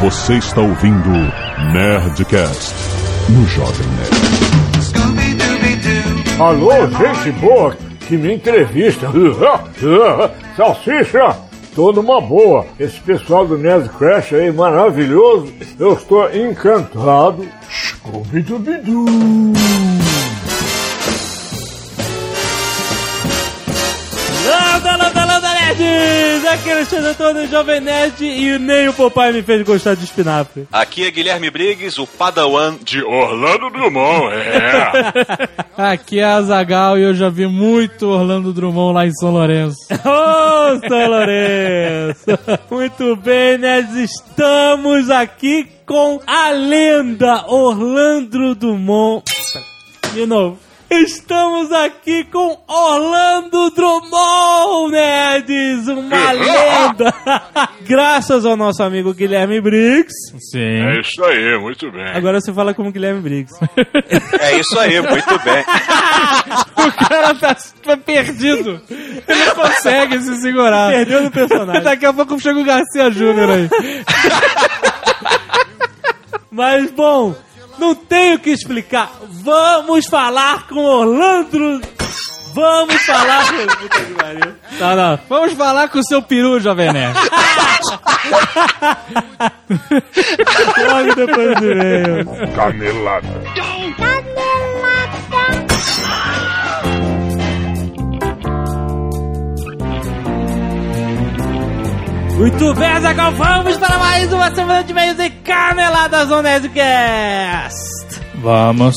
Você está ouvindo Nerdcast no Jovem Nerd. Alô, gente boa que me entrevista. Salsicha, tô numa boa. Esse pessoal do Nerdcast aí maravilhoso. Eu estou encantado. Scooby-Doo-Bidu. Landa, landa, landa, nerds! Aqui é o Alexandre Antônio, Jovem Nerd, e nem o Popeye me fez gostar de espinafre. Aqui é Guilherme Briggs, o padawan de Orlando Drummond, é! Aqui é a Zagal e eu já vi muito Orlando Drummond lá em São Lourenço. Ô, oh, São Lourenço! Muito bem, nerds, estamos aqui com a lenda Orlando Drummond. De novo. Estamos aqui com Orlando Drummond, nerds, uma lenda. Graças ao nosso amigo Guilherme Briggs. Sim. É isso aí, muito bem. Agora você fala como Guilherme Briggs. É isso aí, muito bem. o cara tá, tá perdido. Ele não consegue se segurar. Perdeu no personagem. Daqui a pouco chega o Garcia Júnior aí. Mas, bom, não tenho o que explicar. Vamos falar com Orlando. Vamos falar com. Não, não. Tá, Vamos falar com o seu peru, Jovem Nerd. Logo depois do meio. Canelada. Canelada. Muito bem, Azaghal, vamos para mais uma semana de meios e caneladas no Nerdcast. Vamos.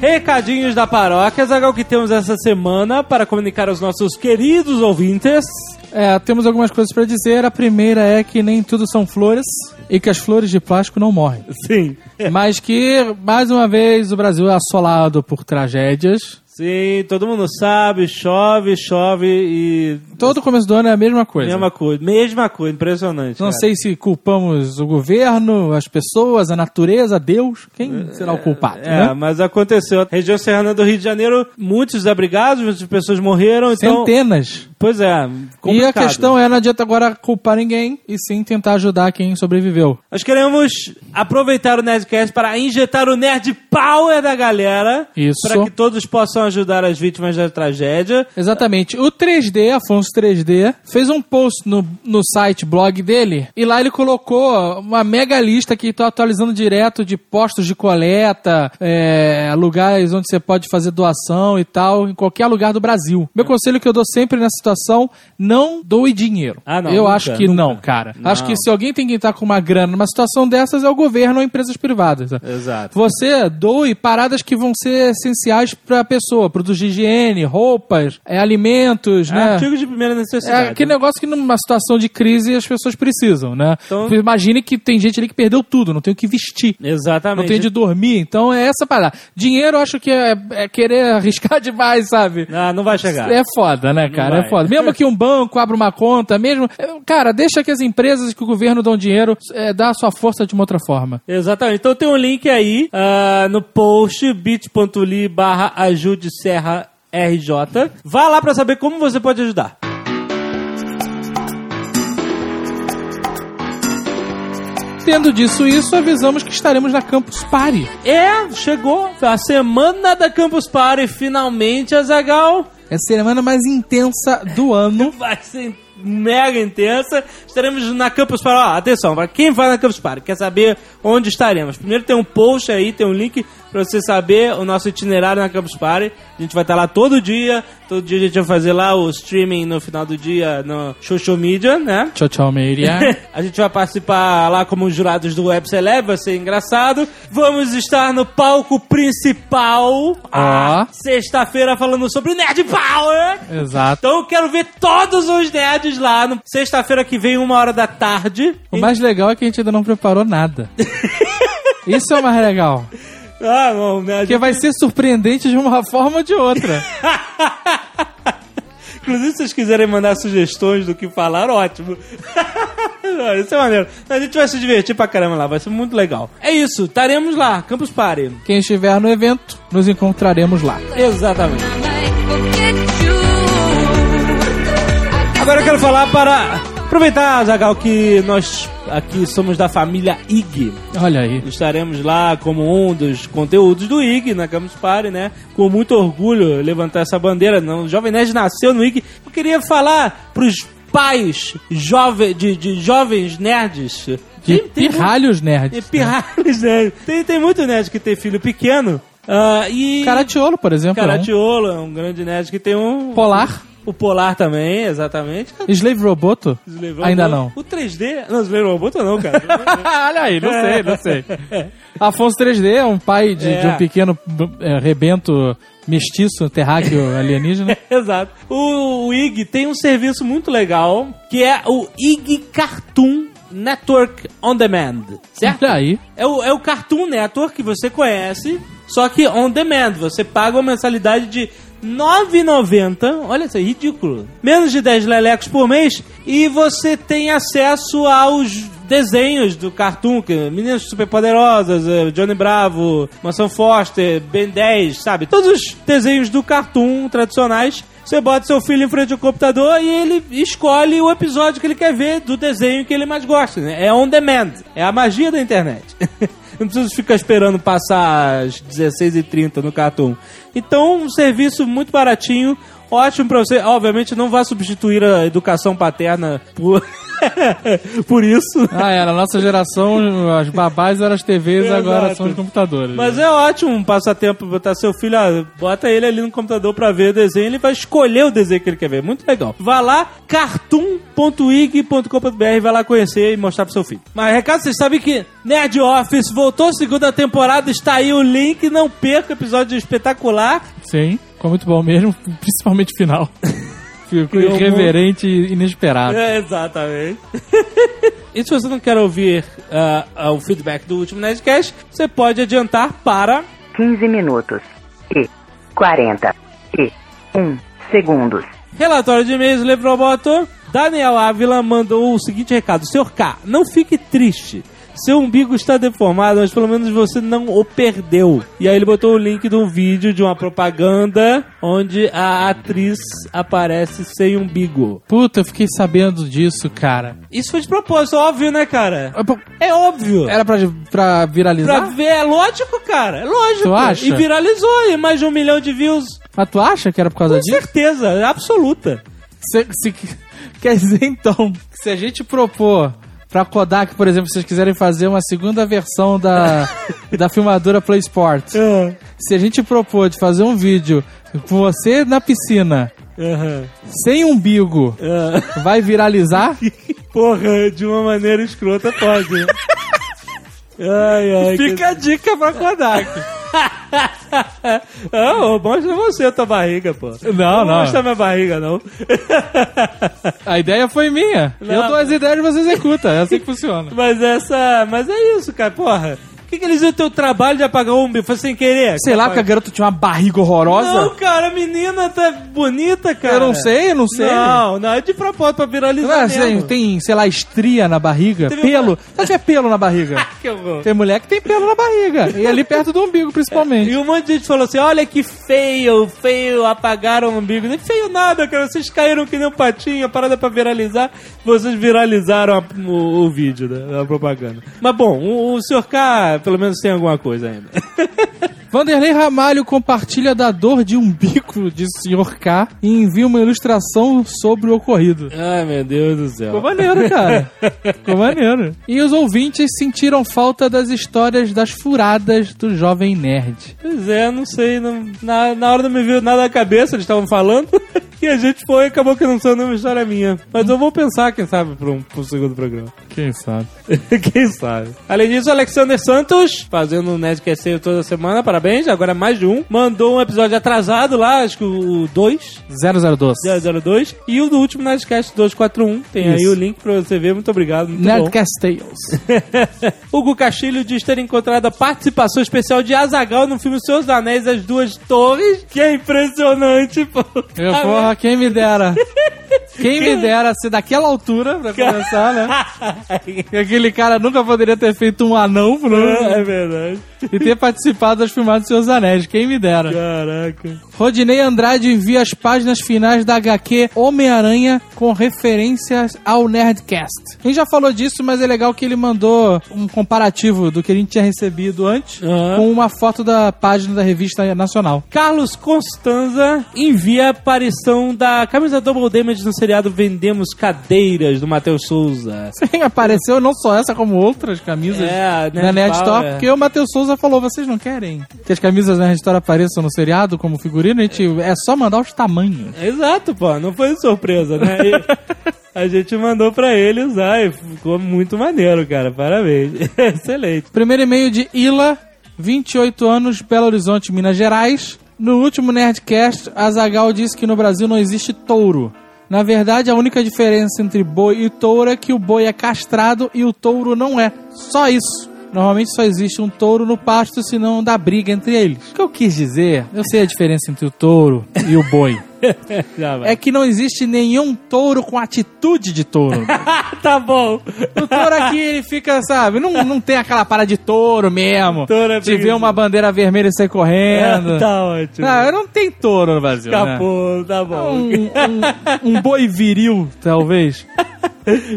Recadinhos da paróquia, Azaghal, que temos essa semana para comunicar aos nossos queridos ouvintes. É, temos algumas coisas para dizer. A primeira é que nem tudo são flores e que as flores de plástico não morrem. Sim. Mas que, mais uma vez, o Brasil é assolado por tragédias. Sim, todo mundo sabe, chove, chove e. Todo começo do ano é a mesma coisa. Mesma coisa, mesma coisa, impressionante. Não cara. sei se culpamos o governo, as pessoas, a natureza, Deus, quem será o culpado? É, né? mas aconteceu. Região Serrana do Rio de Janeiro, muitos desabrigados, muitas pessoas morreram. Então... Centenas. Pois é, complicado. E a questão é, não adianta agora culpar ninguém e sim tentar ajudar quem sobreviveu. Nós queremos aproveitar o Nerdcast para injetar o Nerd Power da galera. Isso. Para que todos possam ajudar as vítimas da tragédia. Exatamente. O 3D, Afonso 3D, fez um post no, no site blog dele e lá ele colocou uma mega lista que estou atualizando direto de postos de coleta, é, lugares onde você pode fazer doação e tal, em qualquer lugar do Brasil. Meu conselho que eu dou sempre nessa situação, não doe dinheiro. Ah, não, eu nunca, acho que nunca. não, cara. Não. Acho que se alguém tem que estar com uma grana numa situação dessas é o governo ou empresas privadas. Exato. Você doe paradas que vão ser essenciais para a pessoa produtos de higiene, roupas, é, alimentos, é né? Artigos de né? primeira necessidade. É aquele negócio que numa situação de crise as pessoas precisam, né? Então... Imagine que tem gente ali que perdeu tudo, não tem o que vestir. Exatamente. Não tem de dormir, então é essa parada. Dinheiro eu acho que é, é querer arriscar demais, sabe? Ah, não, não vai chegar. É foda, né, cara? É foda. Mesmo que um banco abra uma conta, mesmo... eh, Cara, deixa que as empresas que o governo dão dinheiro é, dá a sua força de uma outra forma. Exatamente. Então tem um link aí uh, no post bit.ly barra ajude Serra RJ. Vá lá para saber como você pode ajudar. Tendo disso isso, avisamos que estaremos na Campus Party. É, chegou a semana da Campus Party, finalmente, Azagal. É a semana mais intensa do ano. Vai ser mega intensa. Estaremos na Campus Party. Ó, atenção, para quem vai na Campus Party, quer saber onde estaremos? Primeiro tem um post aí, tem um link para você saber o nosso itinerário na Campus Party. A gente vai estar lá todo dia. Todo dia a gente vai fazer lá o streaming no final do dia no Social Media, né? Social Media. a gente vai participar lá como jurados do Web Celeb, vai ser engraçado. Vamos estar no palco principal. Ah. Sexta-feira falando sobre Nerd Power. Exato. Então eu quero ver todos os nerds lá no sexta-feira que vem, uma hora da tarde. O mais legal é que a gente ainda não preparou nada. Isso é o mais legal. Ah, não, né? Porque vai ser surpreendente de uma forma ou de outra. Inclusive, se vocês quiserem mandar sugestões do que falar, ótimo. não, isso é maneiro. A gente vai se divertir pra caramba lá, vai ser muito legal. É isso, estaremos lá, Campus Party. Quem estiver no evento, nos encontraremos lá. Exatamente. Agora eu quero falar para Aproveitar, Zagal, que nós aqui somos da família IG. Olha aí. Estaremos lá como um dos conteúdos do IG na Campus Party, né? Com muito orgulho levantar essa bandeira. Não, o Jovem Nerd nasceu no IG. Eu queria falar pros pais jove, de, de jovens nerds. De Tem- tem- pirralhos de nerds. pirralhos nerd. Tem, tem muito nerd que tem filho pequeno. ah, e Caratiolo, por exemplo. é um. Caratiolo é um grande nerd que tem um... Polar. O Polar também, exatamente. Slave Roboto? Slave Ainda não. Robot. O 3D... Não, Slave Robot não, cara. Olha aí, não sei, não sei. Afonso 3D é um pai de, É. de um pequeno é, rebento mestiço, terráqueo alienígena. Exato. O, o IG tem um serviço muito legal, que é o IG Cartoon Network On Demand, certo? Olha aí. É o, é o Cartoon Network que você conhece, só que on demand. Você paga uma mensalidade de R$ 9,90. Olha isso, é ridículo. Menos de 10 lelecos por mês e você tem acesso aos desenhos do Cartoon, que é Meninas Superpoderosas, eh, Johnny Bravo, Mansão Foster, Ben 10, sabe? Todos os desenhos do Cartoon tradicionais. Você bota seu filho em frente ao computador e ele escolhe o episódio que ele quer ver do desenho que ele mais gosta. Né? É on demand. É a magia da internet. Não precisa ficar esperando passar às 16h30 no Cartoon. Então, um serviço muito baratinho, ótimo pra você. Obviamente, não vai substituir a educação paterna por, por isso. Ah, é, na nossa geração, as babás eram as TVs, agora Exato. são os computadores. Mas é ótimo um passatempo botar seu filho, ah, bota ele ali no computador pra ver o desenho, ele vai escolher o desenho que ele quer ver. Muito legal. Vá lá, cartoon.ig.com.br, vai lá conhecer e mostrar pro seu filho. Mas recado, vocês sabem que Nerd Office voltou segunda temporada, está aí o link, não perca o episódio espetacular. Sim, ficou muito bom mesmo, principalmente o final. Ficou Criou um irreverente e inesperado. É, exatamente. e se você não quer ouvir ah, ah, o feedback do último Nerdcast, você pode adiantar para 15 minutos e 40 e 1 segundos. Relatório de e-mails, Lebroboto. Daniel Ávila mandou o seguinte recado: Senhor K, não fique triste. Seu umbigo está deformado, mas pelo menos você não o perdeu. E aí ele botou o link de um vídeo de uma propaganda onde a atriz aparece sem umbigo. Puta, eu fiquei sabendo disso, cara. Isso foi de propósito, óbvio, né, cara? É óbvio. Era pra, pra Pra viralizar? ver, é lógico, cara. É lógico. Tu acha? E viralizou, e mais de um milhão de views. Mas Ah, tu acha que era por causa Com disso? certeza, absoluta. Se- se- quer dizer, então, que se a gente propor pra Kodak, por exemplo, se vocês quiserem fazer uma segunda versão da, da filmadora PlaySport, se a gente propor de fazer um vídeo com você na piscina, Aham. sem umbigo, Ah. vai viralizar? Porra, de uma maneira escrota pode. né? Ai, ai. Fica É a dica pra Kodak. que- Não, Ah, mostra você a tua barriga, pô. Não, não. mostra minha barriga, não. A ideia foi minha. Eu dou as ideias e você executa. É assim que funciona. Mas essa. Mas é isso, cara, porra. Por que, que eles iam ter o trabalho de apagar o umbigo? Foi sem querer? Sei lá, porque a garota tinha uma barriga horrorosa. Não, cara, a menina tá bonita, cara. eu não sei, eu não sei. Não, não, é de propósito pra viralizar. Ah, sei, mesmo. tem, sei lá, estria na barriga, Teve pelo. uma- Sabe que é pelo na barriga? Que horror. Tem mulher que tem pelo na barriga. E ali perto do umbigo, E principalmente. um monte de gente falou assim: olha que feio, feio, apagaram o umbigo. Nem feio nada, cara. Vocês caíram que nem um patinho, a parada pra viralizar. Vocês viralizaram a- o, o vídeo, né? A propaganda. Mas bom, o, o senhor K pelo menos tem alguma coisa ainda. Vanderlei Ramalho compartilha da dor de umbigo de Sr. K e envia uma ilustração sobre o ocorrido. Ai, meu Deus do céu. Ficou maneiro, cara. Ficou maneiro. E os ouvintes sentiram falta das histórias das furadas do jovem nerd. Pois é, não sei. não- na, na hora não me veio nada na cabeça, eles estavam falando. E a gente foi, acabou que não sou nenhuma história minha. Mas eu vou pensar, quem sabe, pra um, pra um segundo programa. Quem sabe? Quem sabe? Além disso, Alexander Santos, fazendo um Nerdcast Sale toda semana, parabéns, agora mais de um. Mandou um episódio atrasado lá, acho que o 2, 002. 002. E o do último Nerdcast 241. Tem aí Isso. o link pra você ver, muito obrigado. Muito bom. Nerdcast Tales. Hugo Castilho diz ter encontrado a participação especial de Azagal no filme Seus Anéis as Duas Torres, que é impressionante, pô. Eu, Tá É, porra, quem me dera. Quem me dera ser daquela altura, pra começar, né? Que Aquele cara nunca poderia ter feito um anão, vendo? Bruno. É verdade. e ter participado das filmagens dos seus anéis. Quem me dera. Caraca. Rodinei Andrade envia as páginas finais da HQ Homem-Aranha com referências ao Nerdcast. A gente já falou disso, mas é legal que ele mandou um comparativo do que a gente tinha recebido antes Aham. com uma foto da página da revista nacional. Carlos Constanza envia a aparição da camisa Double Damage no seriado Vendemos Cadeiras, do Matheus Souza. Sim, apareceu não só essa, como outras camisas É, a Nerd da Nerd Power. Store, porque o Matheus Souza falou, vocês não querem que as camisas da Nerd Store apareçam no seriado como figurino? A gente, é só mandar os tamanhos. Exato, pô, não foi surpresa, né? E a gente mandou pra ele usar e ficou muito maneiro, cara. Parabéns. Excelente. Primeiro e-mail de Ila, 28 anos, Belo Horizonte, Minas Gerais. No último Nerdcast, a Zagal disse que no Brasil não existe touro. Na verdade, a única diferença entre boi e touro é que o boi é castrado e o touro não é. Só isso. Normalmente só existe um touro no pasto, senão dá briga entre eles. O que eu quis dizer, eu sei a diferença entre o touro e o boi. Já vai. É que não existe nenhum touro com atitude de touro. tá bom. O touro aqui, ele fica, sabe, não, não tem aquela parada de touro mesmo. Touro é de ver preguiçoso. uma bandeira vermelha e sair correndo. tá ótimo. Não, não tem touro no Brasil, né? Escapou, tá É bom. Um, um- um boi viril, talvez.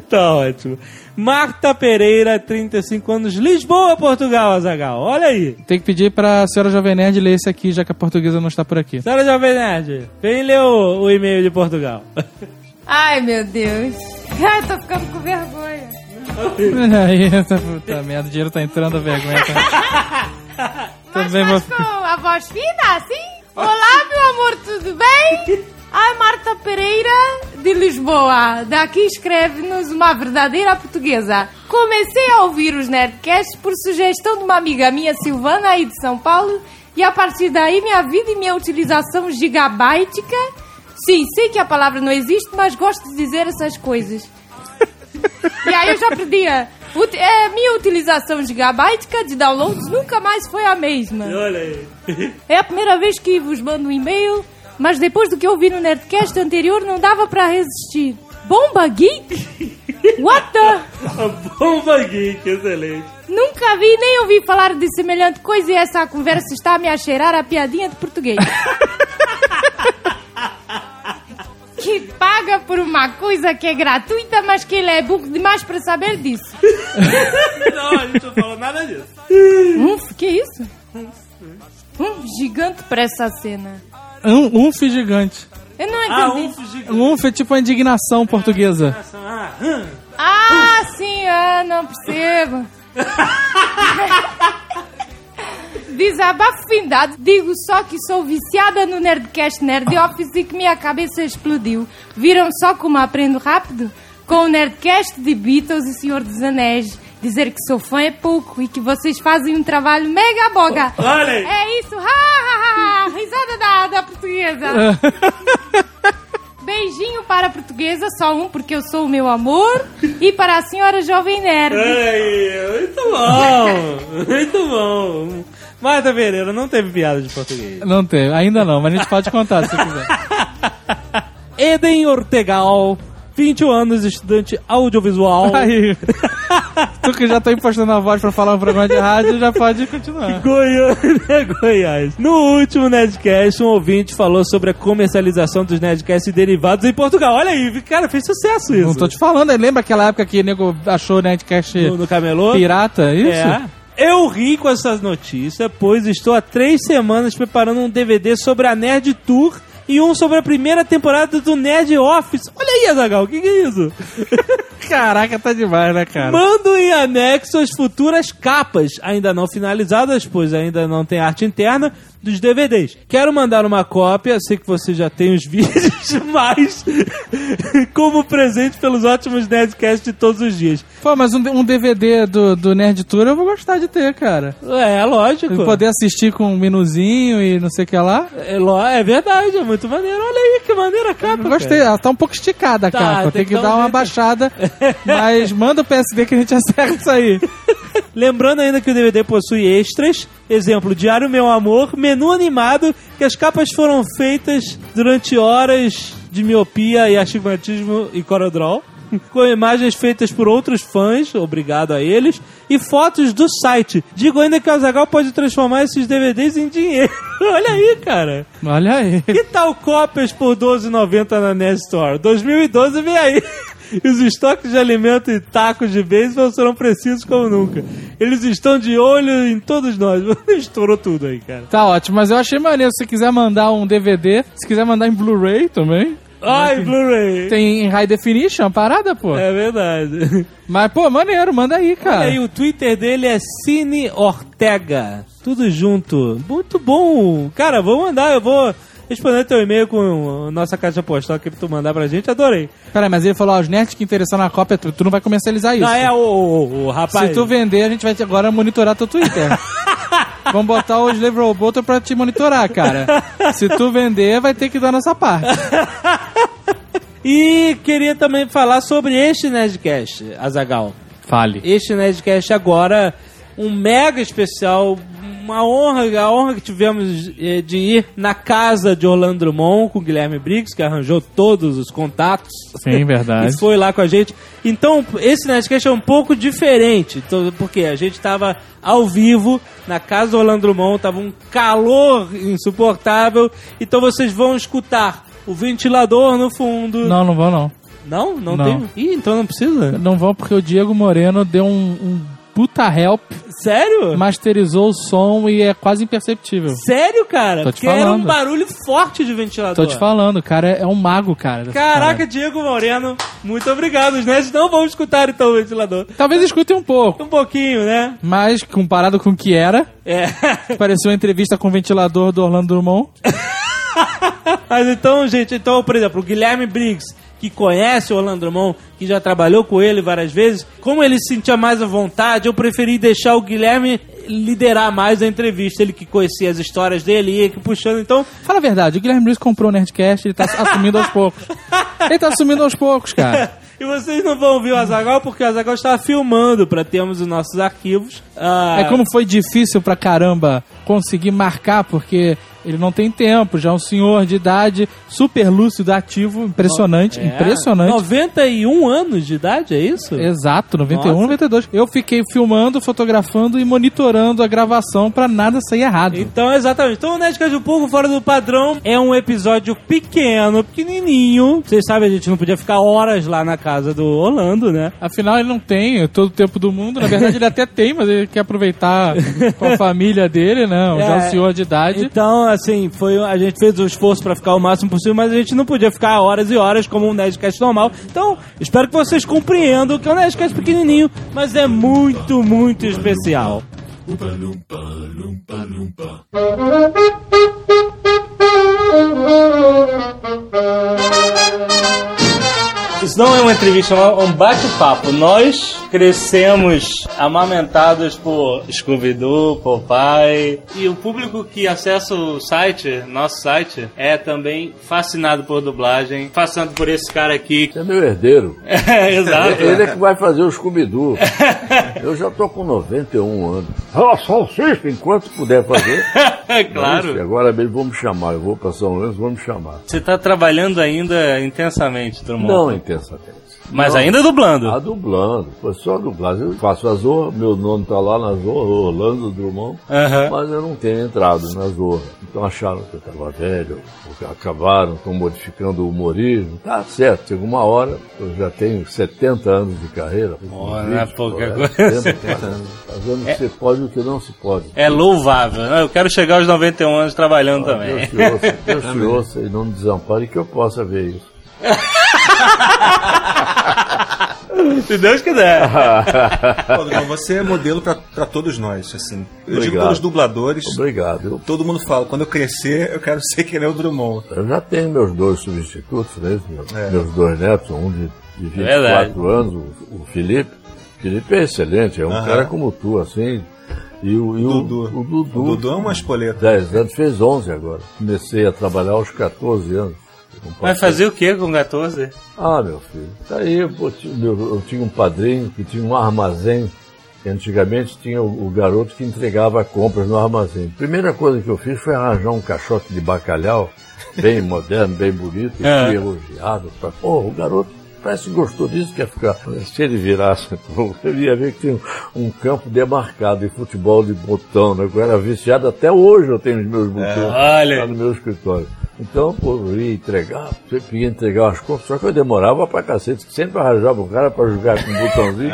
tá ótimo. Marta Pereira, 35 anos, Lisboa, Portugal, Azagal. Olha aí. Tem que pedir pra senhora Jovem Nerd ler esse aqui, já que a portuguesa não está por aqui. Senhora Jovem Nerd, vem ler o, o e-mail de Portugal. Ai, meu Deus. Ai, tô ficando com vergonha. Aí, tá- puta merda, o dinheiro tá entrando, a vergonha. Tá... Mas Também vou- faz com a voz fina, assim? Olá, meu amor, tudo bem? Ai, Marta Pereira, de Lisboa. Daqui escreve-nos uma verdadeira portuguesa. Comecei a ouvir os Nerdcasts por sugestão de uma amiga minha, Silvana, aí de São Paulo. E a partir daí, minha vida e minha utilização gigabaitica... Sim, sei que a palavra não existe, mas gosto de dizer essas coisas. E aí eu já perdi. a- ut- é, minha utilização gigabática de downloads nunca mais foi a mesma. Olha aí. É a primeira vez que vos mando um e-mail, mas depois do que eu vi no Nerdcast anterior não dava pra resistir. Bomba Geek? What the? A bomba geek, excelente. Nunca vi nem ouvi falar de semelhante coisa e essa conversa está me a cheirar a piadinha de português. Que paga por uma coisa que é gratuita, mas que ele é burro demais pra saber disso. Não, a gente não falou nada disso. Umf, Hum, que isso? É Um gigante pra essa cena. Um, umf gigante. Eu não Ah, entendi. um gigante. Um umf é tipo a indignação portuguesa. Ah, hum. Ah, sim, ah, não percebo. Desabafo findado, digo só que sou viciada no Nerdcast Nerd Office e que minha cabeça explodiu. Viram só como aprendo rápido? Com o Nerdcast de Beatles e Senhor dos Anéis. Dizer que sou fã é pouco e que vocês fazem um trabalho mega boga. Olha aí. É isso, ha, ha, ha, risada da, da portuguesa. Beijinho para a portuguesa, só um porque eu sou o meu amor. E para a senhora jovem nerd. Olha aí, muito bom. Muito bom. Marta Pereira, não teve piada de português. Não tem, ainda não, mas a gente pode contar se quiser. Eden Ortegal, 21 anos, estudante audiovisual. Aí. tu que já tá impostando a voz pra falar um programa de rádio, já pode continuar. Goiânia, Goiás. No último Nerdcast, um ouvinte falou sobre a comercialização dos Nerdcasts e derivados em Portugal. Olha aí, cara, fez sucesso isso. Não tô te falando, aí lembra aquela época que o nego achou o Nerdcast no, no camelô. pirata? Isso? É. Eu ri com essas notícias, pois estou há três semanas preparando um DVD sobre a Nerd Tour e um sobre a primeira temporada do Nerd Office. Olha aí, Azagal, o que, que é isso? Caraca, tá demais, né, cara? Mando em anexo as futuras capas, ainda não finalizadas, pois ainda não tem arte interna, dos DVDs. Quero mandar uma cópia, sei que você já tem os vídeos, mas como presente pelos ótimos Nerdcasts de todos os dias. Pô, mas um, um DVD do, do Nerd Tour eu vou gostar de ter, cara. É, E lógico. poder assistir com um menuzinho e não sei o que lá. É, lo- é verdade, é muito maneiro. Olha aí que maneira a capa. Eu gostei, cara. ela tá então um pouco esticada, Tá, cara. tem Tem que que dar um dar uma jeito. baixada. Mas manda o PSD que a gente acerta isso aí. Lembrando ainda que o DVD possui extras, exemplo, Diário Meu Amor, menu animado, que as capas foram feitas durante horas de miopia e astigmatismo e corodrol. com imagens feitas por outros fãs, obrigado a eles, e fotos do site. Digo ainda que a Zagal pode transformar esses DVDs em dinheiro. Olha aí, cara. Olha aí. Que tal cópias por 12,90 na NES Store? 2012 vem aí. E os estoques de alimento e tacos de beisebol serão precisos como nunca. Eles estão de olho em todos nós. Estourou tudo aí, cara. Tá ótimo, mas eu achei maneiro. Se quiser mandar um DVD, se quiser mandar em Blu-ray também. Ai, Blu-ray. Tem em High Definition, a parada, pô. É verdade. Mas, pô, maneiro, manda aí, cara. E aí, o Twitter dele é Cine Ortega. Tudo junto. Muito bom. Cara, vou mandar, eu vou responder teu e-mail com a nossa caixa postal aqui pra tu mandar pra gente. Adorei. Peraí, mas ele falou, ó, os nerds que interessam na cópia, tu, tu não vai comercializar isso. Não, é o, rapaz. Se tu vender, a gente vai te- agora monitorar teu Twitter. Vamos botar o Slave Roboto pra te monitorar, cara. Se tu vender, vai ter que dar nossa parte. E queria também falar sobre este Nerdcast, Azagal. Fale. Este Nerdcast agora, um mega especial, uma honra, a honra que tivemos eh, de ir na casa de Orlando Drummond com o Guilherme Briggs, que arranjou todos os contatos. Sim, verdade. E foi lá com a gente. Então, esse Nerdcast é um pouco diferente, to- porque a gente estava ao vivo na casa do Orlando Drummond, tava um calor insuportável, então vocês vão escutar o ventilador no fundo. Não, não vão não. Não? Não, Não. tem? Ih, então não precisa? Não vão porque o Diego Moreno deu um, um puta help, Sério? masterizou o som e é quase imperceptível. Sério, cara? Tô te porque era um falando. barulho forte de ventilador. Tô te falando, o cara é um mago, cara. dessa Caraca, parada. Diego Moreno, muito obrigado. Os nerds não vão escutar então o ventilador. Talvez escutem um pouco, Um pouquinho, né? mas comparado com o que era, É. pareceu uma entrevista com o ventilador do Orlando Drummond. Mas então, gente, então, por exemplo, o Guilherme Briggs, que conhece o Orlando Drummond, que já trabalhou com ele várias vezes, como ele se sentia mais à vontade, eu preferi deixar o Guilherme liderar mais a entrevista. Ele que conhecia as histórias dele e ia que puxando. Então, Fala a verdade, o Guilherme Luiz comprou o Nerdcast, ele tá assumindo aos poucos. Ele tá assumindo aos poucos, cara. e vocês não vão ouvir o Azagal porque o Azagal estava filmando para termos os nossos arquivos. Ah, É como foi difícil pra caramba conseguir marcar, porque ele não tem tempo, já é um senhor de idade, super lúcido, ativo, impressionante, é, impressionante. 91 anos de idade, é isso? Exato, 91, Nossa. 92. Eu fiquei filmando, fotografando e monitorando a gravação pra nada sair errado. Então, exatamente. Então, o Nerdcast um pouco fora do padrão é um episódio pequeno, pequenininho. Vocês sabem, a gente não podia ficar horas lá na casa do Orlando, né? Afinal, ele não tem é todo o tempo do mundo. Na verdade, ele até tem, mas ele quer aproveitar com a família dele, né? Já é um É. senhor de idade. Então, assim, foi, a gente fez o esforço pra ficar o máximo possível, mas a gente não podia ficar horas e horas como um Nerdcast normal. Então, espero que vocês compreendam que é um Nerdcast pequenininho, mas é muito, muito especial. Isso não é uma entrevista, é um bate-papo. Nós crescemos amamentados por Scooby-Doo, Popeye. E o público que acessa o site, nosso site, é também fascinado por dublagem, passando por esse cara aqui. Você é meu herdeiro. É, exato. Ele é que vai fazer o Scooby-Doo. Eu já tô com 91 anos. Ó, salsicha! Enquanto puder fazer. É Isso, claro. Agora mesmo vão me chamar. Eu vou para São Lourenço, vão me chamar. Você tá trabalhando ainda intensamente, Drummond. Não intensamente. Mas não. ainda dublando. Tá dublando. Foi só dublagem. Eu faço a Zorra, meu nome tá lá na Zorra, Orlando Drummond. Aham. Mas eu não tenho entrado na Zorra. Então acharam que eu estava velho, porque acabaram, estão modificando o humorismo. Tá certo, chega uma hora, eu já tenho 70 anos de carreira. Ora, Pô, pouca é, coisa. 70 anos. Fazendo o que você pode e o que não se pode. É louvável. Eu quero chegar aos 91 anos trabalhando é. também. Ah, Deus te ouça, Deus te ouça e não me desampare que eu possa ver isso. Se Deus Ah, quiser. Pô, Drummond, você é modelo pra, pra todos nós, assim. Eu digo Obrigado. para os dubladores. Obrigado. Eu- Todo mundo fala, quando eu crescer, eu quero ser que nem o Drummond. Eu já tenho meus dois substitutos, né? Meus, É. meus dois netos, um de, de Verdade. 24 anos, o, o Felipe. O Felipe é excelente, é um Aham. cara como tu, assim. E o, e o, Dudu. o Dudu. O Dudu é uma espoleta. 10 anos, fez 11 agora. Comecei a trabalhar aos 14 anos. Eu não Vai posso- fazer o que com 14? Ah, meu filho, tá aí, pô, ti- meu- eu, tinha um padrinho que tinha um armazém. que Antigamente tinha o, o garoto que entregava compras no armazém. Primeira coisa que eu fiz foi arranjar um caixote de bacalhau, bem moderno, bem bonito, e É. fui elogiado. Pra... Pô, o garoto Parece que gostou disso, quer ficar. Se ele virasse, pô, ele ia ver que tem um, um campo demarcado de futebol de botão, né? Eu era viciado até hoje, eu tenho os meus botões olha. lá no meu escritório. Então, pô, eu ia entregar, sempre ia entregar as compras, só que eu demorava pra cacete, que sempre arranjava um cara pra jogar com um botãozinho.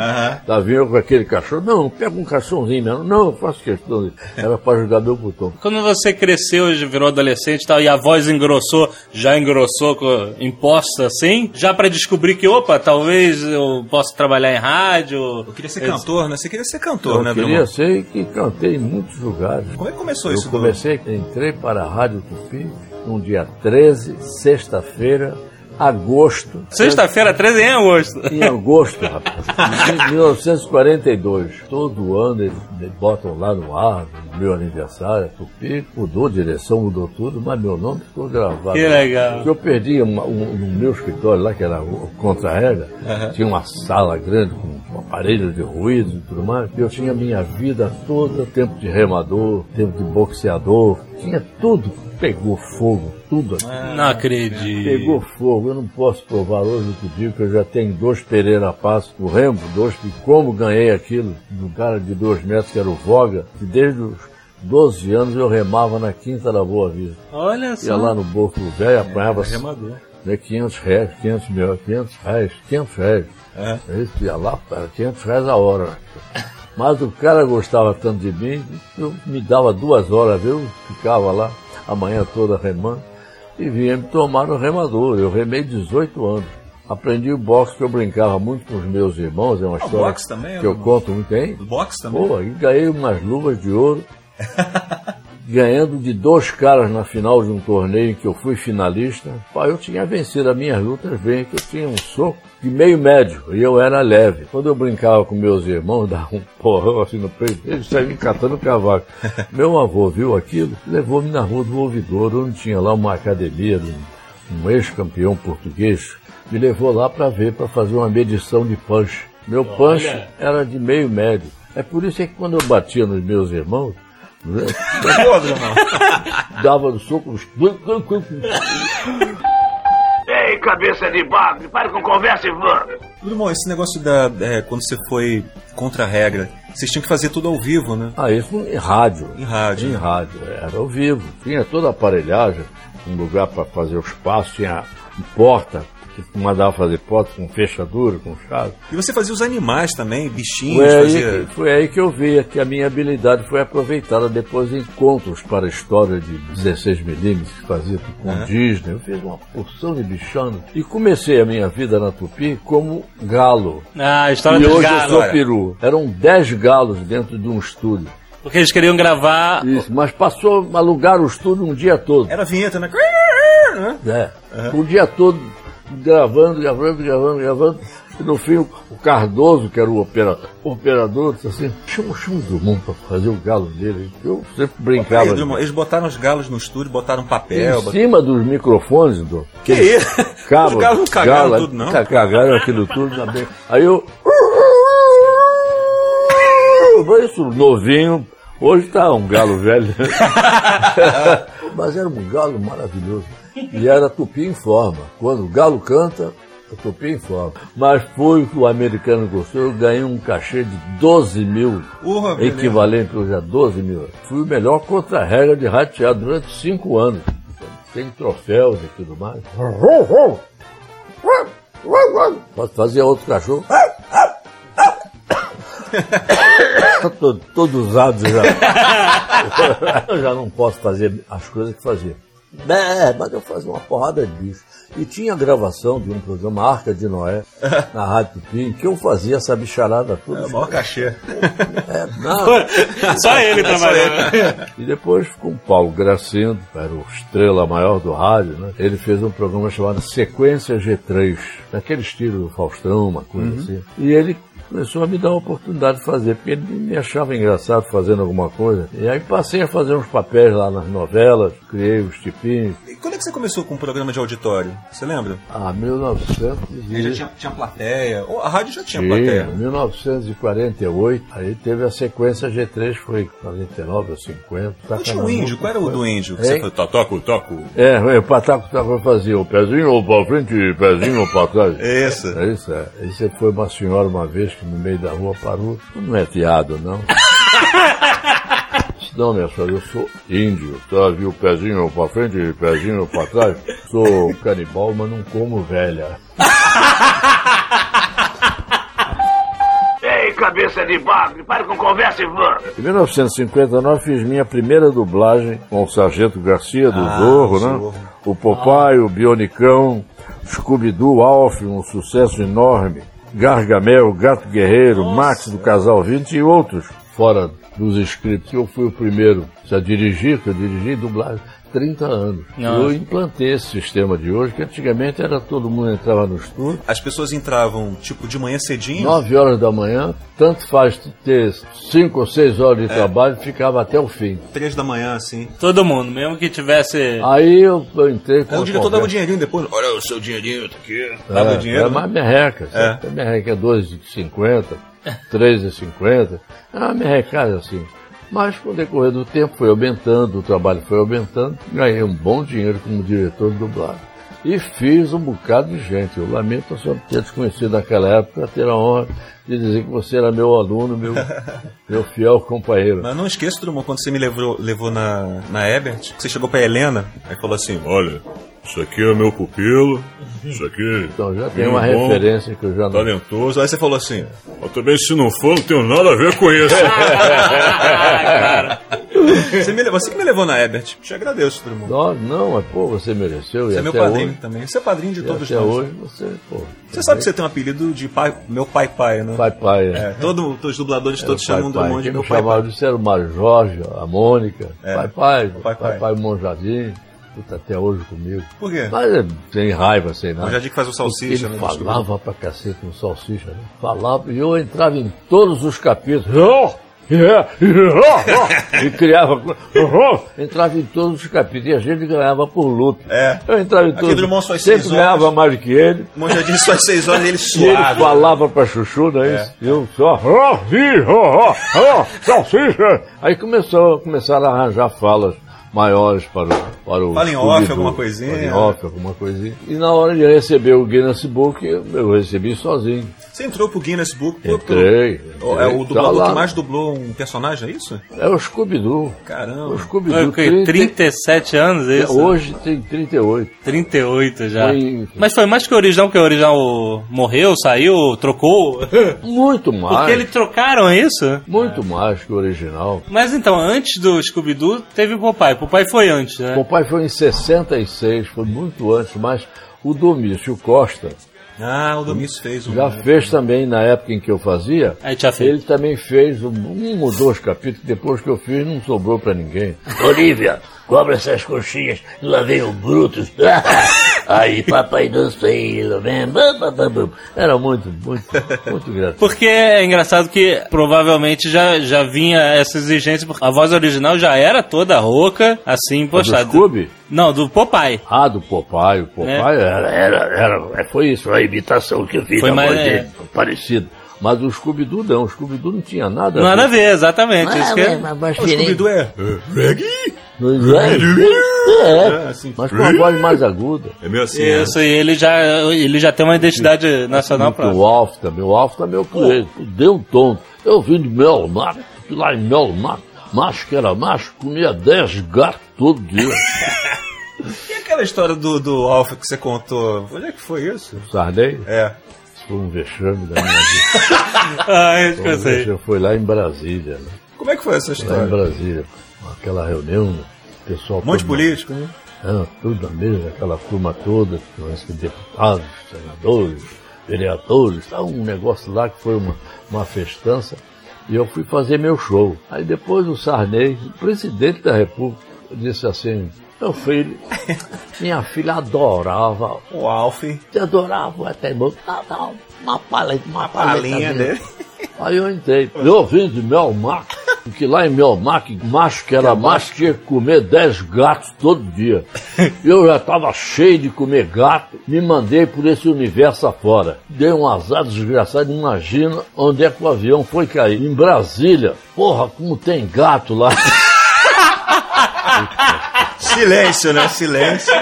Aham. Lá vinha eu com aquele cachorro, não, pega um cachorrinho mesmo, não, eu faço questão disso. Era pra jogar meu botão. Quando você cresceu, e virou adolescente e tal, e a voz engrossou, já engrossou, co- imposta assim, já pra descobrir que, opa, talvez eu possa trabalhar em rádio. Eu queria ser cantor, né? Você queria ser cantor, né, eu queria Drummond? ser e cantei em muitos lugares. Como é que começou Eu isso? Drummond? comecei, entrei para a Rádio Tupi no dia 13, sexta-feira, agosto. Sexta-feira, 13 em agosto. Em agosto, rapaz. De 1942. Todo ano eles me botam lá no ar, no meu aniversário, Tupi. Mudou direção, mudou tudo, mas meu nome ficou gravado. Que legal. Porque eu perdi uma- um- no meu escritório lá, que era o contra-regra, tinha uma sala grande com aparelhos de ruído e tudo mais. Eu tinha minha vida toda, tempo de remador, tempo de boxeador, tinha tudo. Pegou fogo, tudo aqui. Não acredito. Pegou fogo, eu não posso provar hoje o que digo, que eu já tenho dois Pereira Passo do Remo, dois, e como ganhei aquilo de um cara de dois metros que era o Voga, que desde os 12 anos eu remava na Quinta da Boa Vista. Olha Ia só. lá no Boco Velho, apanhava É, né, 500 reais, 500 mil, 500 reais, 500 reais. É. Aí tu ia lá, era 500 reais a hora. né? Mas o cara gostava tanto de mim, eu me dava duas horas, eu ficava lá a manhã toda remando e vinha me tomar no remador. Eu remei 18 anos. Aprendi o boxe, que eu brincava muito com os meus irmãos, é uma história Ah, boxe também, que eu irmão? conto muito, hein? Do boxe também? Pô, e ganhei umas luvas de ouro, ganhando de dois caras na final de um torneio em que eu fui finalista. Pá, eu tinha vencido as minhas lutas bem, que eu tinha um soco de meio médio e eu era leve. Quando eu brincava com meus irmãos, dava um porrão assim no peito, eles saíam catando cavaco. Meu avô viu aquilo, levou-me na rua do ouvidor, onde tinha lá uma academia de um, um ex-campeão português, me levou lá para ver, para fazer uma medição de punch. Meu punch era de meio médio. É por isso é que quando eu batia nos meus irmãos, né, Pô, Drummond. dava no soco. um os- Ei, cabeça de bagre, para com conversa e vamos. Drummond, esse negócio da. é, quando você foi contra a regra, vocês tinham que fazer tudo ao vivo, né? Ah, isso em rádio. Em rádio. né? Em rádio, era ao vivo. Tinha toda a aparelhagem, um lugar para fazer os passos, tinha porta, que mandava fazer porta com fechadura, com chave. E você fazia os animais também, bichinhos, Foi aí, fazia. que, foi aí que eu vi que a minha habilidade foi aproveitada depois em contos para história de 16 milímetros que fazia com Disney. Eu fiz uma porção de bichano e comecei a minha vida na Tupi como galo. Ah, a história E dos hoje eu galos. sou peru. Eram 10 galos dentro de um estúdio. Porque eles queriam gravar. Isso, mas passou a alugar o estúdio um dia todo. Era a vinheta, né? Né? né? O dia todo gravando, gravando, gravando, gravando. E no fim, o o Cardoso, que era o opera- operador, disse assim: chama, chama o Drummond para fazer o galo dele. Eu sempre brincava. Aí, Drummond, eles botaram os galos no estúdio, botaram papel. em botaram- cima dos microfones, do, Que isso? cabo, Os galos não cagaram gala- tudo, não? ca- Cagaram aquilo tudo também. Aí eu. Isso, novinho. Hoje tá um galo velho. Mas era um galo maravilhoso. E era tupi em forma. Quando o galo canta, o tupi em forma. Mas foi o que o americano gostou. Eu ganhei um cachê de 12 mil. Urra, beleza. equivalente hoje a 12 mil. Fui o melhor contra-regra de rateado durante cinco anos. Tem troféus e tudo mais. Posso fazer outro cachorro? Tá todo, todo usado já. eu já não posso fazer as coisas que fazia. É, mas eu fazia uma porrada de bicho. E tinha a gravação de um programa Arca de Noé, na Rádio Tupi, em que eu fazia essa bicharada toda. É o maior cachê. É É, não, Só ele trabalhando. e depois com o Paulo Gracindo, que era o estrela maior do rádio, né? Ele fez um Uhum. programa chamado Sequência G3, naquele estilo do Faustão, uma coisa assim. E ele começou a me dar a oportunidade de fazer, porque ele me achava engraçado fazendo alguma coisa. E aí passei a fazer uns papéis lá nas novelas, criei os tipinhos. E quando é que você começou com o programa de auditório? Você lembra? Ah, 1900 e... Aí já tinha, tinha plateia. Ou a rádio já tinha Tinha, plateia. 1948, aí teve a sequência G3, foi 49 ou tá 50. Não tinha o índio? Qual era o do índio? Hein? Você foi, to- toco, toco. É, o pataco tava fazia o pezinho ou pra frente, pezinho ou pra trás. É isso. É isso, é. Aí você foi uma senhora uma vez que no meio da rua parou. Não é teado, não. Disse, Não, minha senhora, eu sou índio. Tá, viu? Pezinho pra frente, pezinho pra trás. Sou canibal, mas não como velha. Ei, cabeça de bagre, para com conversa, Ivan. Em 1959 fiz minha primeira dublagem com o Sargento Garcia do Ah, Zorro, né? Zorro. Ah. O Popeye, o Bionicão, Scooby-Doo, Alf, um sucesso enorme. Gargamel, Gato Guerreiro, Max do Casal 20 e outros, fora dos scripts. Eu fui o primeiro a dirigir, que eu dirigi dublagem 30 anos. Nossa. Eu implantei esse sistema de hoje, que antigamente era todo mundo entrava no estúdio, As pessoas entravam, tipo, de manhã cedinho. 9 horas da manhã, tanto faz ter 5 ou 6 horas de trabalho, ficava até o fim. Três da manhã, assim. Todo mundo, mesmo que tivesse. Aí eu, eu entrei com Aí o a É um diretor dava o conversa. dinheirinho depois. Olha o seu dinheirinho, tá aqui. Dava É, o dinheiro. é né? mais merreca. É. É. Merreca é 2,50, 3,50. É uma merrecada assim. Mas com o decorrer do tempo foi aumentando, o trabalho foi aumentando, ganhei um bom dinheiro como diretor de dublagem. E fiz um bocado de gente. Eu lamento a senhora ter desconhecido naquela época, ter a honra de dizer que você era meu aluno, meu, meu fiel companheiro. Mas não esqueço, Drummond, quando você me levou, levou na, na Ebert, que você chegou pra Helena, aí falou assim, olha, isso aqui é meu pupilo, isso aqui... Então é já tem uma referência que eu já não Talentoso. Aí você falou assim, Eu tá também, se não for, não tenho nada a ver com isso. você, me levou, você que me levou na Ebert. Te agradeço, Drummond. Não, não, mas pô, você mereceu. Você e é meu até padrinho hoje, também. Você é padrinho de e todos até nós. hoje você, pô. Você sabe que você tem um apelido de pai, meu pai pai, né? Pai É, pai, né? É, todo, todos os dubladores todos chamam do Drummond de meu pai chamava pai. disso era o Mário Jorge, a Mônica, É. pai pai, Pai pai Pai. pai, Monjardim, puta, até hoje comigo. Por quê? Mas é, sem raiva, sem nada. Monjardim que faz o salsicha, Ele né, falava pra cacete no salsicha, né? falava, e eu entrava em todos os capítulos. e criava. entrava em todos os capítulos e a gente ganhava por luta. É. Eu entrava em todos. Drummond só às sempre seis horas. ganhava mais do que ele. Monjardim só às seis horas e ele E ele suado. né? falava pra Chuchu, não é isso? Eu só. "Ah, vi, ah, ah, ah, salsicha! Aí começou, começaram a arranjar falas maiores para o. Para o Fala em off, Scooby-Doo. alguma coisinha. Fala em off, alguma coisinha. E na hora de receber o Guinness Book, eu, eu recebi sozinho. Você entrou pro Guinness Book. pô, Entrei, pô, É entrei, o dublador tá lá. que mais dublou um personagem, é isso? É o Scooby-Doo. Caramba. O Scooby-Doo. Foi É o quê? 37 anos isso? É, Hoje tem 38. 38 já. Foi- Mas foi mais que o original, que o original morreu, saiu, trocou. Muito mais. Porque eles trocaram isso? Muito mais que o original. Mas então, antes do Scooby-Doo, teve o Popeye. Popeye foi antes, né? O pai foi em 66, foi muito antes, mas o Domício Costa Ah, o Domício fez um. Já fez também na época em que eu fazia. Aí já fez. Ele também fez um, um ou dois capítulos. Depois que eu fiz, não sobrou pra ninguém. Olivia, cobra essas coxinhas e lá vem o Brutus. Aí, papai do céu, vem. bam, bam, bam, bam. Era muito, muito, muito gratuito. Porque é engraçado que provavelmente já, já vinha essa exigência, porque a voz original já era toda rouca, assim, Do postada. Scooby? Não, do Popeye. Ah, do Popeye. O Popeye É. era, era, era- é, Foi isso, a imitação que eu fiz Foi da mais- voz é. dele. Parecido. Mas o Scooby-Doo não. O Scooby-Doo não tinha nada Nada a ver, exatamente. Ah, isso que é- Mas, O Scooby-Doo é... é, É, assim. mas com a voz mais aguda. É meio assim, né? Isso, e ele já, ele já tem uma identidade nacional Muito própria. o Alf também. O Alf também eu pulei. Deu um tom. Eu vim de Melmar, lá em Melmar, macho que era macho, comia 10 gatos todo dia. E É aquela história do, do Alf que você contou? Onde é que foi isso? Sarney, É. isso foi um vexame da minha vida. Ah, isso que Foi eu um sei. vexame. Foi lá em Brasília, né? Como é que foi essa lá em história? Brasília. Aquela reunião, o pessoal... Um monte de todo- político, né? Ah, tudo na mesa, aquela turma toda, que deputados, senadores, vereadores, tá um negócio lá que foi uma, uma festança, e eu fui fazer meu show. Aí depois o Sarney, o presidente da República, disse assim, meu filho, minha filha adorava, O Alf. te adorava até muito, Ah, tá, tá, uma né? paleta, uma Palinha paleta. dele. Aí eu entrei. Eu vim de Melmac, porque lá em Melmac, macho que era macho, tinha que comer 10 gatos todo dia. Eu já estava cheio de comer gato, me mandei por esse universo afora. Dei um azar desgraçado, imagina onde é que o avião foi cair. Em Brasília. Porra, como tem gato lá. Silêncio, né? Silêncio.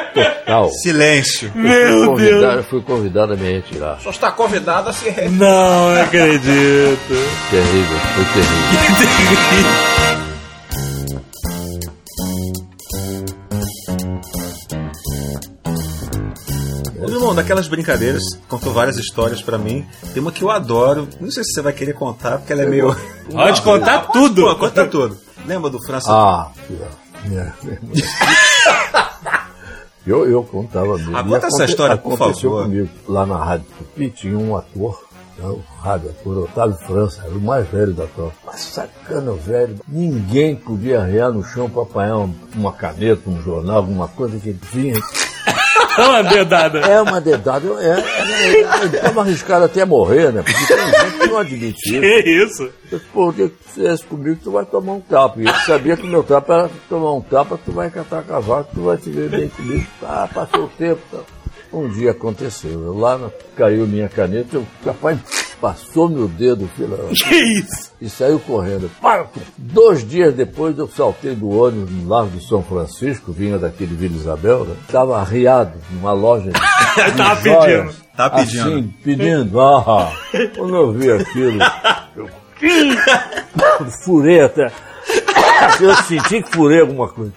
Tal. Silêncio. Fui convidado- Fui convidado a me retirar. Só está convidado a se re... Não acredito. Terrível, foi terrível. Ô, meu irmão, daquelas brincadeiras, contou várias histórias pra mim. Tem uma que eu adoro. Não sei se você vai querer contar, porque ela é meio. Pode contar tudo! conta tudo. Lembra do França? Ah, minha- minha irmã. Eu, eu contava mesmo. Ah, conta E aconte- essa história, por aconteceu favor. comigo. Lá na Rádio Tupi tinha um ator, né, o rádio ator Otávio França, era o mais velho da tropa. Mas sacana velho, ninguém podia arrear no chão para apanhar um- uma caneta, um jornal, alguma coisa que ele vinha. É uma dedada. É uma dedada. eu- É, é, ele estava arriscado até morrer, né? Porque tem gente que não admite isso. Que isso? Eu disse, Pô, o que que fizesse comigo, tu vai tomar um tapa. E eu sabia que o meu tapa era tomar um tapa, tu vai catar cavaco, tu vai te ver bem comigo. Ah, passou o tempo. tá. Um dia aconteceu. Eu lá na- caiu minha caneta, eu capaz passou meu dedo pela. Que isso? E saiu correndo. Para! tu! Dois dias depois eu saltei do ônibus no Largo do São Francisco, vinha daquele Vila Isabel, né? Tava arriado numa loja. de Tava joias, pedindo. Tava pedindo. Assim, pedindo. Ah, quando eu vi aquilo. Furei até. Eu senti que furei alguma coisa.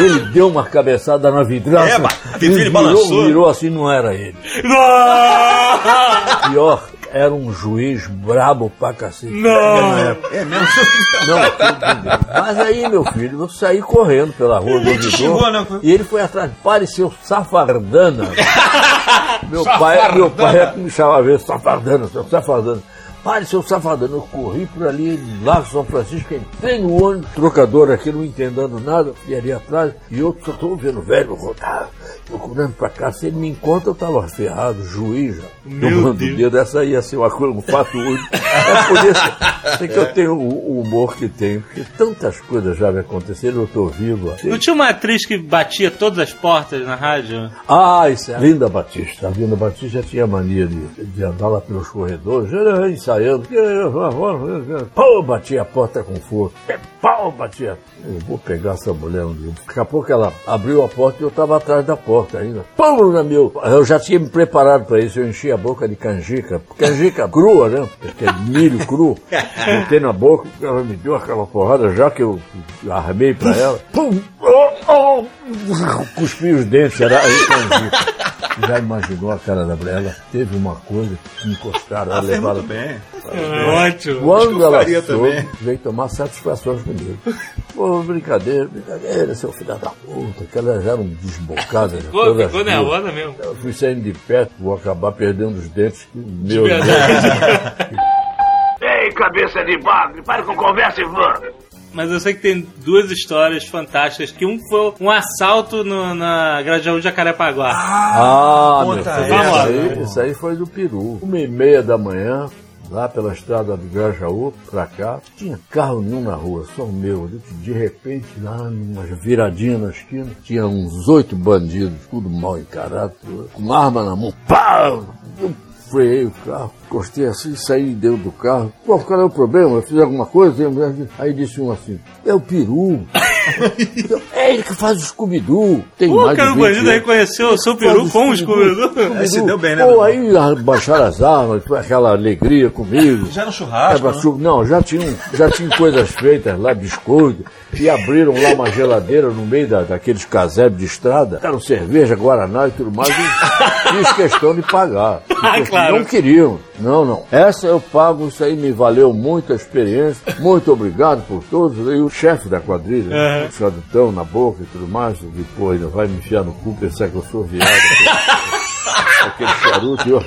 Ele deu uma cabeçada na vidraça. Eba, e ele virou, balançou. virou assim, não era ele. Pior, era um juiz brabo pra cacete. Não. É mesmo? Não, tudo bem. Mas aí, meu filho, eu saí correndo pela rua do Ele te xingou, né? ouvidor, E ele foi atrás, pareceu safardana. Meu pai, meu pai é que me chamava de safardana, seu safardana. Pare, seu safardana, eu corri por ali, lá em São Francisco, entrei no ônibus, trocador aqui, não entendendo nada, e ali atrás, e eu só tô vendo o velho rodar, procurando pra cá, se ele me encontra, eu tava ferrado, juiz, já, Meu tomando o Deus. dedo, essa ia ser uma coisa, um fato único. É por isso, é que eu tenho o o humor que tenho, porque tantas coisas já me aconteceram, eu tô vivo. assim, Não tinha uma atriz que batia todas as portas na rádio? Ah, isso é. Linda Batista. A Linda Batista tinha mania de, de andar lá pelos corredores, eh, ensaiando. eh, eh, Pau, batia a porta com força. Eh, Pau, batia. Eu vou pegar essa mulher um dia. Daqui a pouco ela abriu a porta e eu estava atrás da porta ainda. Pau na meu. Eu já tinha me preparado para isso. Eu enchi a boca de canjica. Canjica crua, né? Porque é milho cru. Botei na boca, ela me deu aquela porrada já que eu armei para ela. Pum! Oh, oh, cuspi os dentes, era canjica. Já imaginou a cara da mulher? Ela teve uma coisa, encostaram, ela Ah, fez levaram. muito bem. É. Acho que Quando eu ela faria soube, também. veio tomar satisfações comigo. Pô, brincadeira, brincadeira, seu filho da puta, que elas eram desbocadas. né? Pô, Todas ficou duas. nervosa mesmo. Eu fui saindo de perto, vou acabar perdendo os dentes que meu Ei, cabeça de bagre, para com conversa, Ivan. Mas eu sei que tem duas histórias fantásticas, que um foi um assalto no, na Grajaú Jacarepaguá. Ah, meu Conta filho, essa, isso, aí, irmão. isso aí foi do Peru. Uma e meia da manhã, lá pela estrada do Grajaú, pra cá, tinha carro nenhum na rua, só o meu. De repente, lá numa viradinha na esquina, tinha uns oito bandidos, tudo mal encarado, tudo, com uma arma na mão. Pá! Eu freiei o carro, encostei assim, saí dentro do carro. Pô, qual é o problema? Eu fiz alguma coisa? Aí disse um assim, é o Peru. Eu, é ele que faz o Scooby-Doo. Tem Pô, mais cara, o de 20 bandido anos." reconheceu o seu peru com o Scooby-Doo. Aí se deu bem, né? Pô, aí a- baixaram as armas, foi aquela alegria comigo. Já no churrasco, É, né? chu- Não, já tinham, já tinham coisas feitas lá, biscoito, e abriram lá uma geladeira no meio da, daqueles casebres de estrada. Deram cerveja, guaraná e tudo mais. E fiz questão de pagar. Ah, claro. Não queriam. Não, não. Essa eu pago, isso aí me valeu muito a experiência. Muito obrigado por todos. E o chefe da quadrilha, né, Aham. o Xadutão na boca e tudo mais, e pô, ele vai me enfiar no cu, pensar que eu sou viado. Aquele charuto, e eu,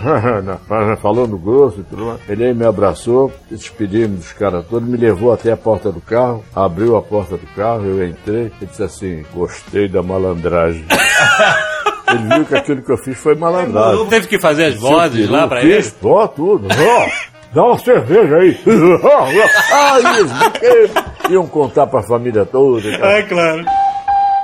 na- falando grosso e tudo mais. Ele aí me abraçou, despedimos dos caras todos, me levou até a porta do carro, abriu a porta do carro, eu entrei, ele disse assim, gostei da malandragem. ele viu que aquilo que eu fiz foi malandragem. Teve que fazer as Seu vozes peru, lá pra fiz, ele. Ó, tudo. Ó. Dá uma cerveja aí. Ah, isso, porque iam contar pra família toda. É, claro.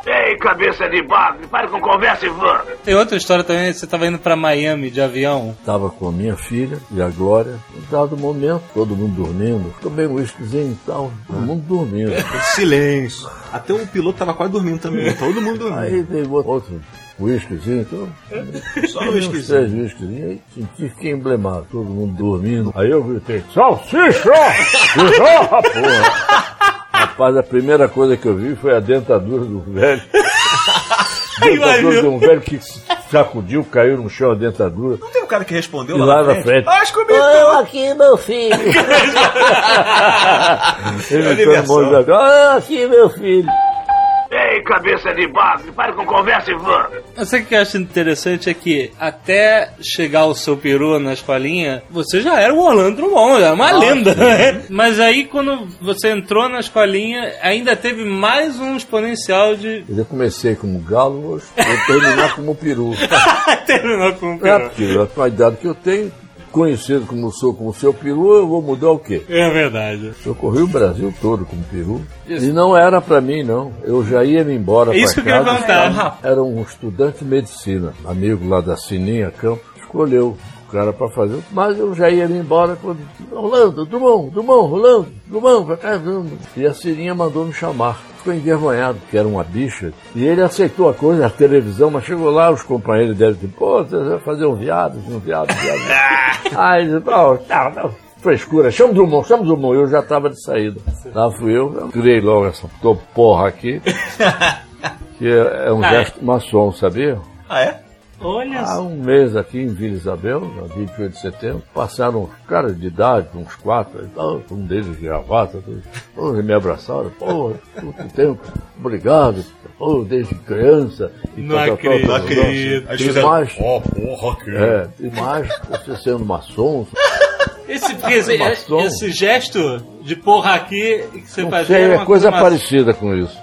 Ei, cabeça de bagre, para com conversa e vamos. Tem outra história também, você tava indo pra Miami de avião. Estava com a minha filha e a Glória. Em dado momento, todo mundo dormindo. Tomei um uísquezinho e tal, todo mundo dormindo. Silêncio. Até o piloto tava quase dormindo também. Todo mundo dormindo. Aí teve outro uísquezinho, então. Só Tomei o uns esquisito. três uísquezinhos, aí senti que fiquei emblemado. Todo mundo dormindo. Aí eu gritei, Salsicha! "Ah, porra! Rapaz, a primeira coisa que eu vi foi a dentadura do velho. dentadura de um velho que sacudiu, caiu no chão a dentadura. Tem um cara que respondeu E lá, na frente. Ah, Eu aqui, meu filho. Ele É uma entrou no monte de- Ah, aqui, meu filho. Ei, cabeça de bagre, para com conversa e vamos. Eu sei que eu acho interessante é que até chegar o seu peru na escolinha, você já era o Orlando Drummond, era uma lenda. né? Mas aí quando você entrou na escolinha, ainda teve mais um exponencial de. Eu comecei como galo, hoje vou terminar como peru. Terminou com o É, peru. porque com a idade que eu tenho, conhecido como sou como seu peru, eu vou mudar o quê? É verdade. Eu corri o Brasil todo como peru. E não era pra mim, não. Eu já ia me embora É isso pra que eu queria casa. perguntar. Era um estudante de medicina, amigo lá da Sininha Campos, escolheu o cara pra fazer. Mas eu já ia me embora quando... Rolando, Dumão, Dumão, Rolando, Dumão, pra cá, Dumão. E a Sininha mandou me chamar. Ficou envergonhado, que era uma bicha. E ele aceitou a coisa na televisão, mas chegou lá, os companheiros dele, tipo, pô, você vai fazer um viado, um viado, um viado. Aí ele disse, não, não, não, Ah, frescura, chama o Drummond, chama o Drummond. Eu já tava de saída. Lá fui eu, eu tirei logo essa porra aqui. Que é, é um Ah, é? gesto maçom, sabia? Ah, é? Olha Há um mês aqui em Vila Isabel, no 28 de setembro, passaram uns caras de idade, uns quatro, e tal, um deles de gravata, tudo. Pô, eles me abraçaram, pô, muito tempo, obrigado, pô, desde criança. E Não tal, tal, tal, acredito, tal, não acredito. tal. Aí E fizeram, mais, ó, porra, que- é, e mais, você sendo maçom, Esse, porque esse, Maçom. esse gesto de porra aqui que você fazia. era é uma coisa uma- parecida com isso.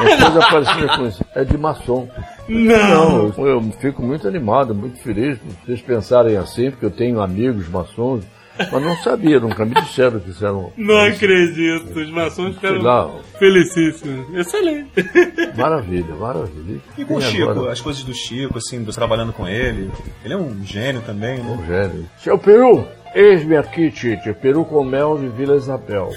É coisa parecida com isso. É de maçom. Não. Não, eu, eu fico muito animado, muito feliz de vocês pensarem assim, porque eu tenho amigos maçons, mas não sabia, nunca me disseram que isso era um. Não acredito, os maçons Sei ficaram lá, felicíssimos. Excelente. maravilha, maravilha. E com o Tem Chico, agora as coisas do Chico, assim, você trabalhando com ele. Ele é um gênio também, né? um gênio. Seu Peru, eis-me aqui, Tite, Peru com mel de Vila Isabel.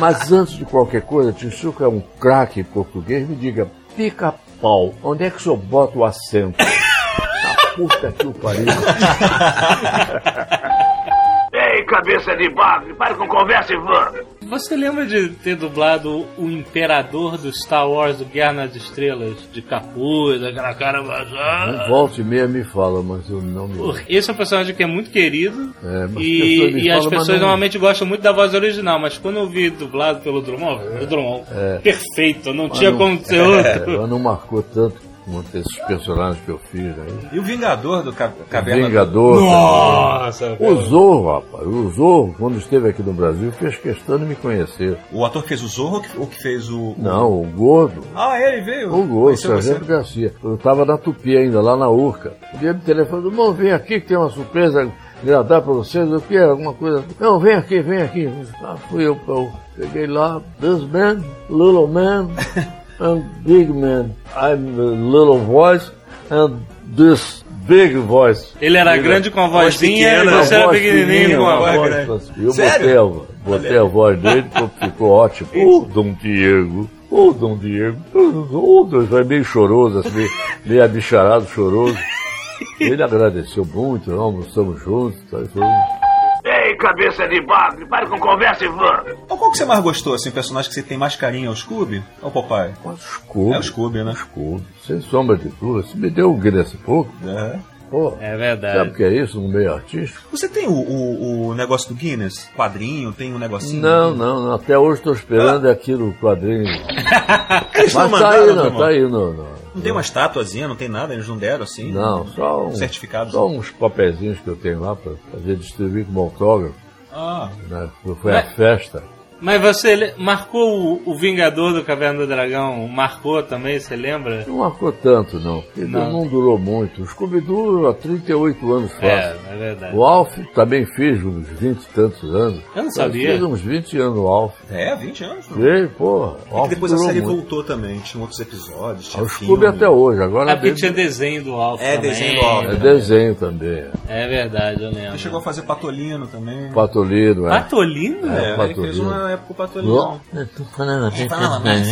mas antes de qualquer coisa, Tchuca é um craque português, me diga, pica-pau, onde é que o senhor bota o acento? Ah, Puta que o pariu. Ei, cabeça de bagre, para com conversa e vamos. Você lembra de ter dublado o Imperador do Star Wars do Guerra nas Estrelas? De capuz, aquela cara ah, vazada. Volta e meia me fala, mas eu não me lembro. Esse é um personagem que é muito querido É, mas e, pessoas me e as falam, mas pessoas não- normalmente gostam muito da voz original, mas quando eu vi dublado pelo Drummond, o Drummond, É. perfeito, não mas tinha não- como ser É, outro. mas não marcou tanto quanto esses personagens que eu fiz aí. E o Vingador do Ca- Caverna... Vingador. Nossa, também. O Zorro, rapaz. O Zorro, quando esteve aqui no Brasil, fez questão de me conhecer. O ator que fez o Zorro ou que- ou que fez o... Não, o Gordo. Ah, ele veio. O é Gordo, Conheceu Sargento Garcia. Eu estava na Tupi ainda, lá na Urca. Um dia me telefonou, irmão, vem aqui que tem uma surpresa agradável para vocês. Eu quero alguma coisa. Não, vem aqui, vem aqui. Ah, fui eu, pô. Cheguei lá, this man, little man, and big man. I'm a little voice and this big voice. Ele era grande com a vozinha e você era voz pequenininho fininha, com a uma voz. voz grande. assim. Eu botei Sério? a, botei a voz dele, pô, ficou ótimo. Ô, Dom Diego, ô, Dom Diego, ô, Dom Diego. Foi meio choroso, assim, meio, meio abicharado, choroso. Ele agradeceu muito, não, almoçamos juntos. tá, e foi- Ei, cabeça de bagre, para com conversa e vamos. Então, qual que você mais gostou, assim, personagem que você tem mais carinho? É o Scooby ou o Popeye? Scooby. É o Scooby, né? Scooby, sem sombra de dúvida, se me deu um Guinness pouco. É. Pô, É sabe o verdade. que é isso no meio artístico? Você tem o, o, o negócio do Guinness? Quadrinho, tem um negocinho? Não, não, não, até hoje estou esperando aqui no quadrinho. Eles não Mas tá mandaram, aí, não, não, tá irmão? aí, não. não. Não tem uma estatuazinha, não tem nada, eles não deram assim? Não, só um, Certificados. só uns papeizinhos que eu tenho lá para fazer distribuir como autógrafo. Ah, Né? Foi a festa Mas você le- marcou o, o Vingador do Caverna do Dragão? Marcou também, você lembra? Não marcou tanto, não. Ele Não. não, durou muito. O Scooby-Doo há 38 anos fácil. É, é verdade. O Alf também fez uns 20 e tantos anos. Eu não Mas sabia. Fez uns 20 anos o Alf. É, 20 anos. mano. Sei, porra. o É que Alf depois a durou série muito. voltou também, tinha outros episódios. Tinha O Scooby até hoje, agora é Ah, porque dele- tinha desenho do Alf É, também. né? desenho do Alf. É desenho também. É verdade, eu lembro. Ele chegou a fazer Patolino também. Patolino, é. Patolino? É, É, ele fez Patolino. uma época o Patolino. Tô falando É, fala, mas-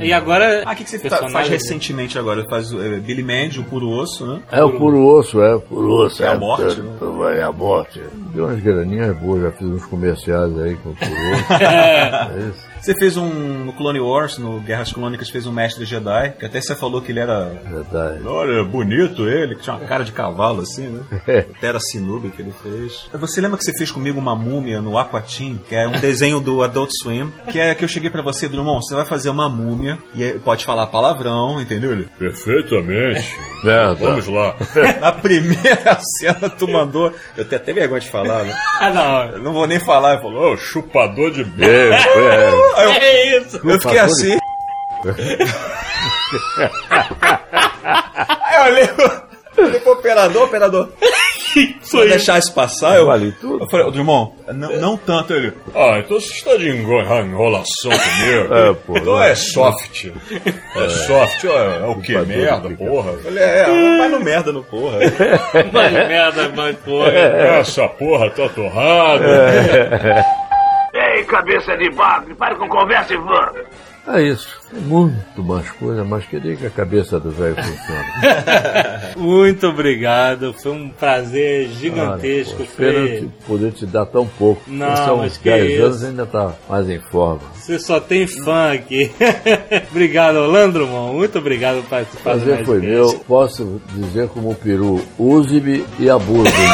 E agora. Ah, o que, que você fa- personagem- faz recentemente agora? Faz é, Billy Mandy, o Puro Osso, né? É o puro osso, é. Puro osso, É a morte, é, né? É a morte. Deu umas graninhas boas, já fiz uns comerciais aí com o puro osso. É isso. Você fez um. No Clone Wars, no Guerras Clônicas, fez um Mestre Jedi, que até você falou que ele era. Verdade. é Olha, bonito ele, que tinha uma cara de cavalo assim, né? Até Era sinuba que ele fez. Você lembra que você fez comigo uma múmia no Aquatim, que é um desenho do Adult Swim, que é que eu cheguei pra você, Drummond, você vai fazer uma múmia e aí pode falar palavrão, entendeu? Ele, Perfeitamente. Verdade. Vamos lá. Na primeira cena tu mandou. Eu tenho até vergonha de falar, né? Ah, não. Eu não vou nem falar. Ele falou, ô, chupador de É, é. É isso. Eu fiquei assim. Aí eu olhei, eu olhei pro operador, operador. Vou deixar isso passar, eu. Vale tudo. Eu falei, ô Drummond, não, não tanto ele. Ah, então você está de engo- ah, enrolação comigo. É, pô. Então é soft. É, soft, é, é o que? Chupador de Merda, pica. porra. Eu falei, é, vai no merda no porra. Mas merda, mas porra. É. Essa porra tá torrada. Ei, cabeça de bagre, para com conversa e vamos. É isso. Tem muito mais coisa, mas queria que a cabeça do velho funcione. Muito obrigado. Foi um prazer gigantesco. Pô, Espero Fê. te- poder te dar tão pouco. Não, Porque são mas que 10 isso. anos e ainda tá mais em forma. Você só tem fã aqui. obrigado, Orlando, irmão. Muito obrigado por participar do Prazer foi Nerdcast. meu. Posso dizer como o peru, use-me e abuse-me.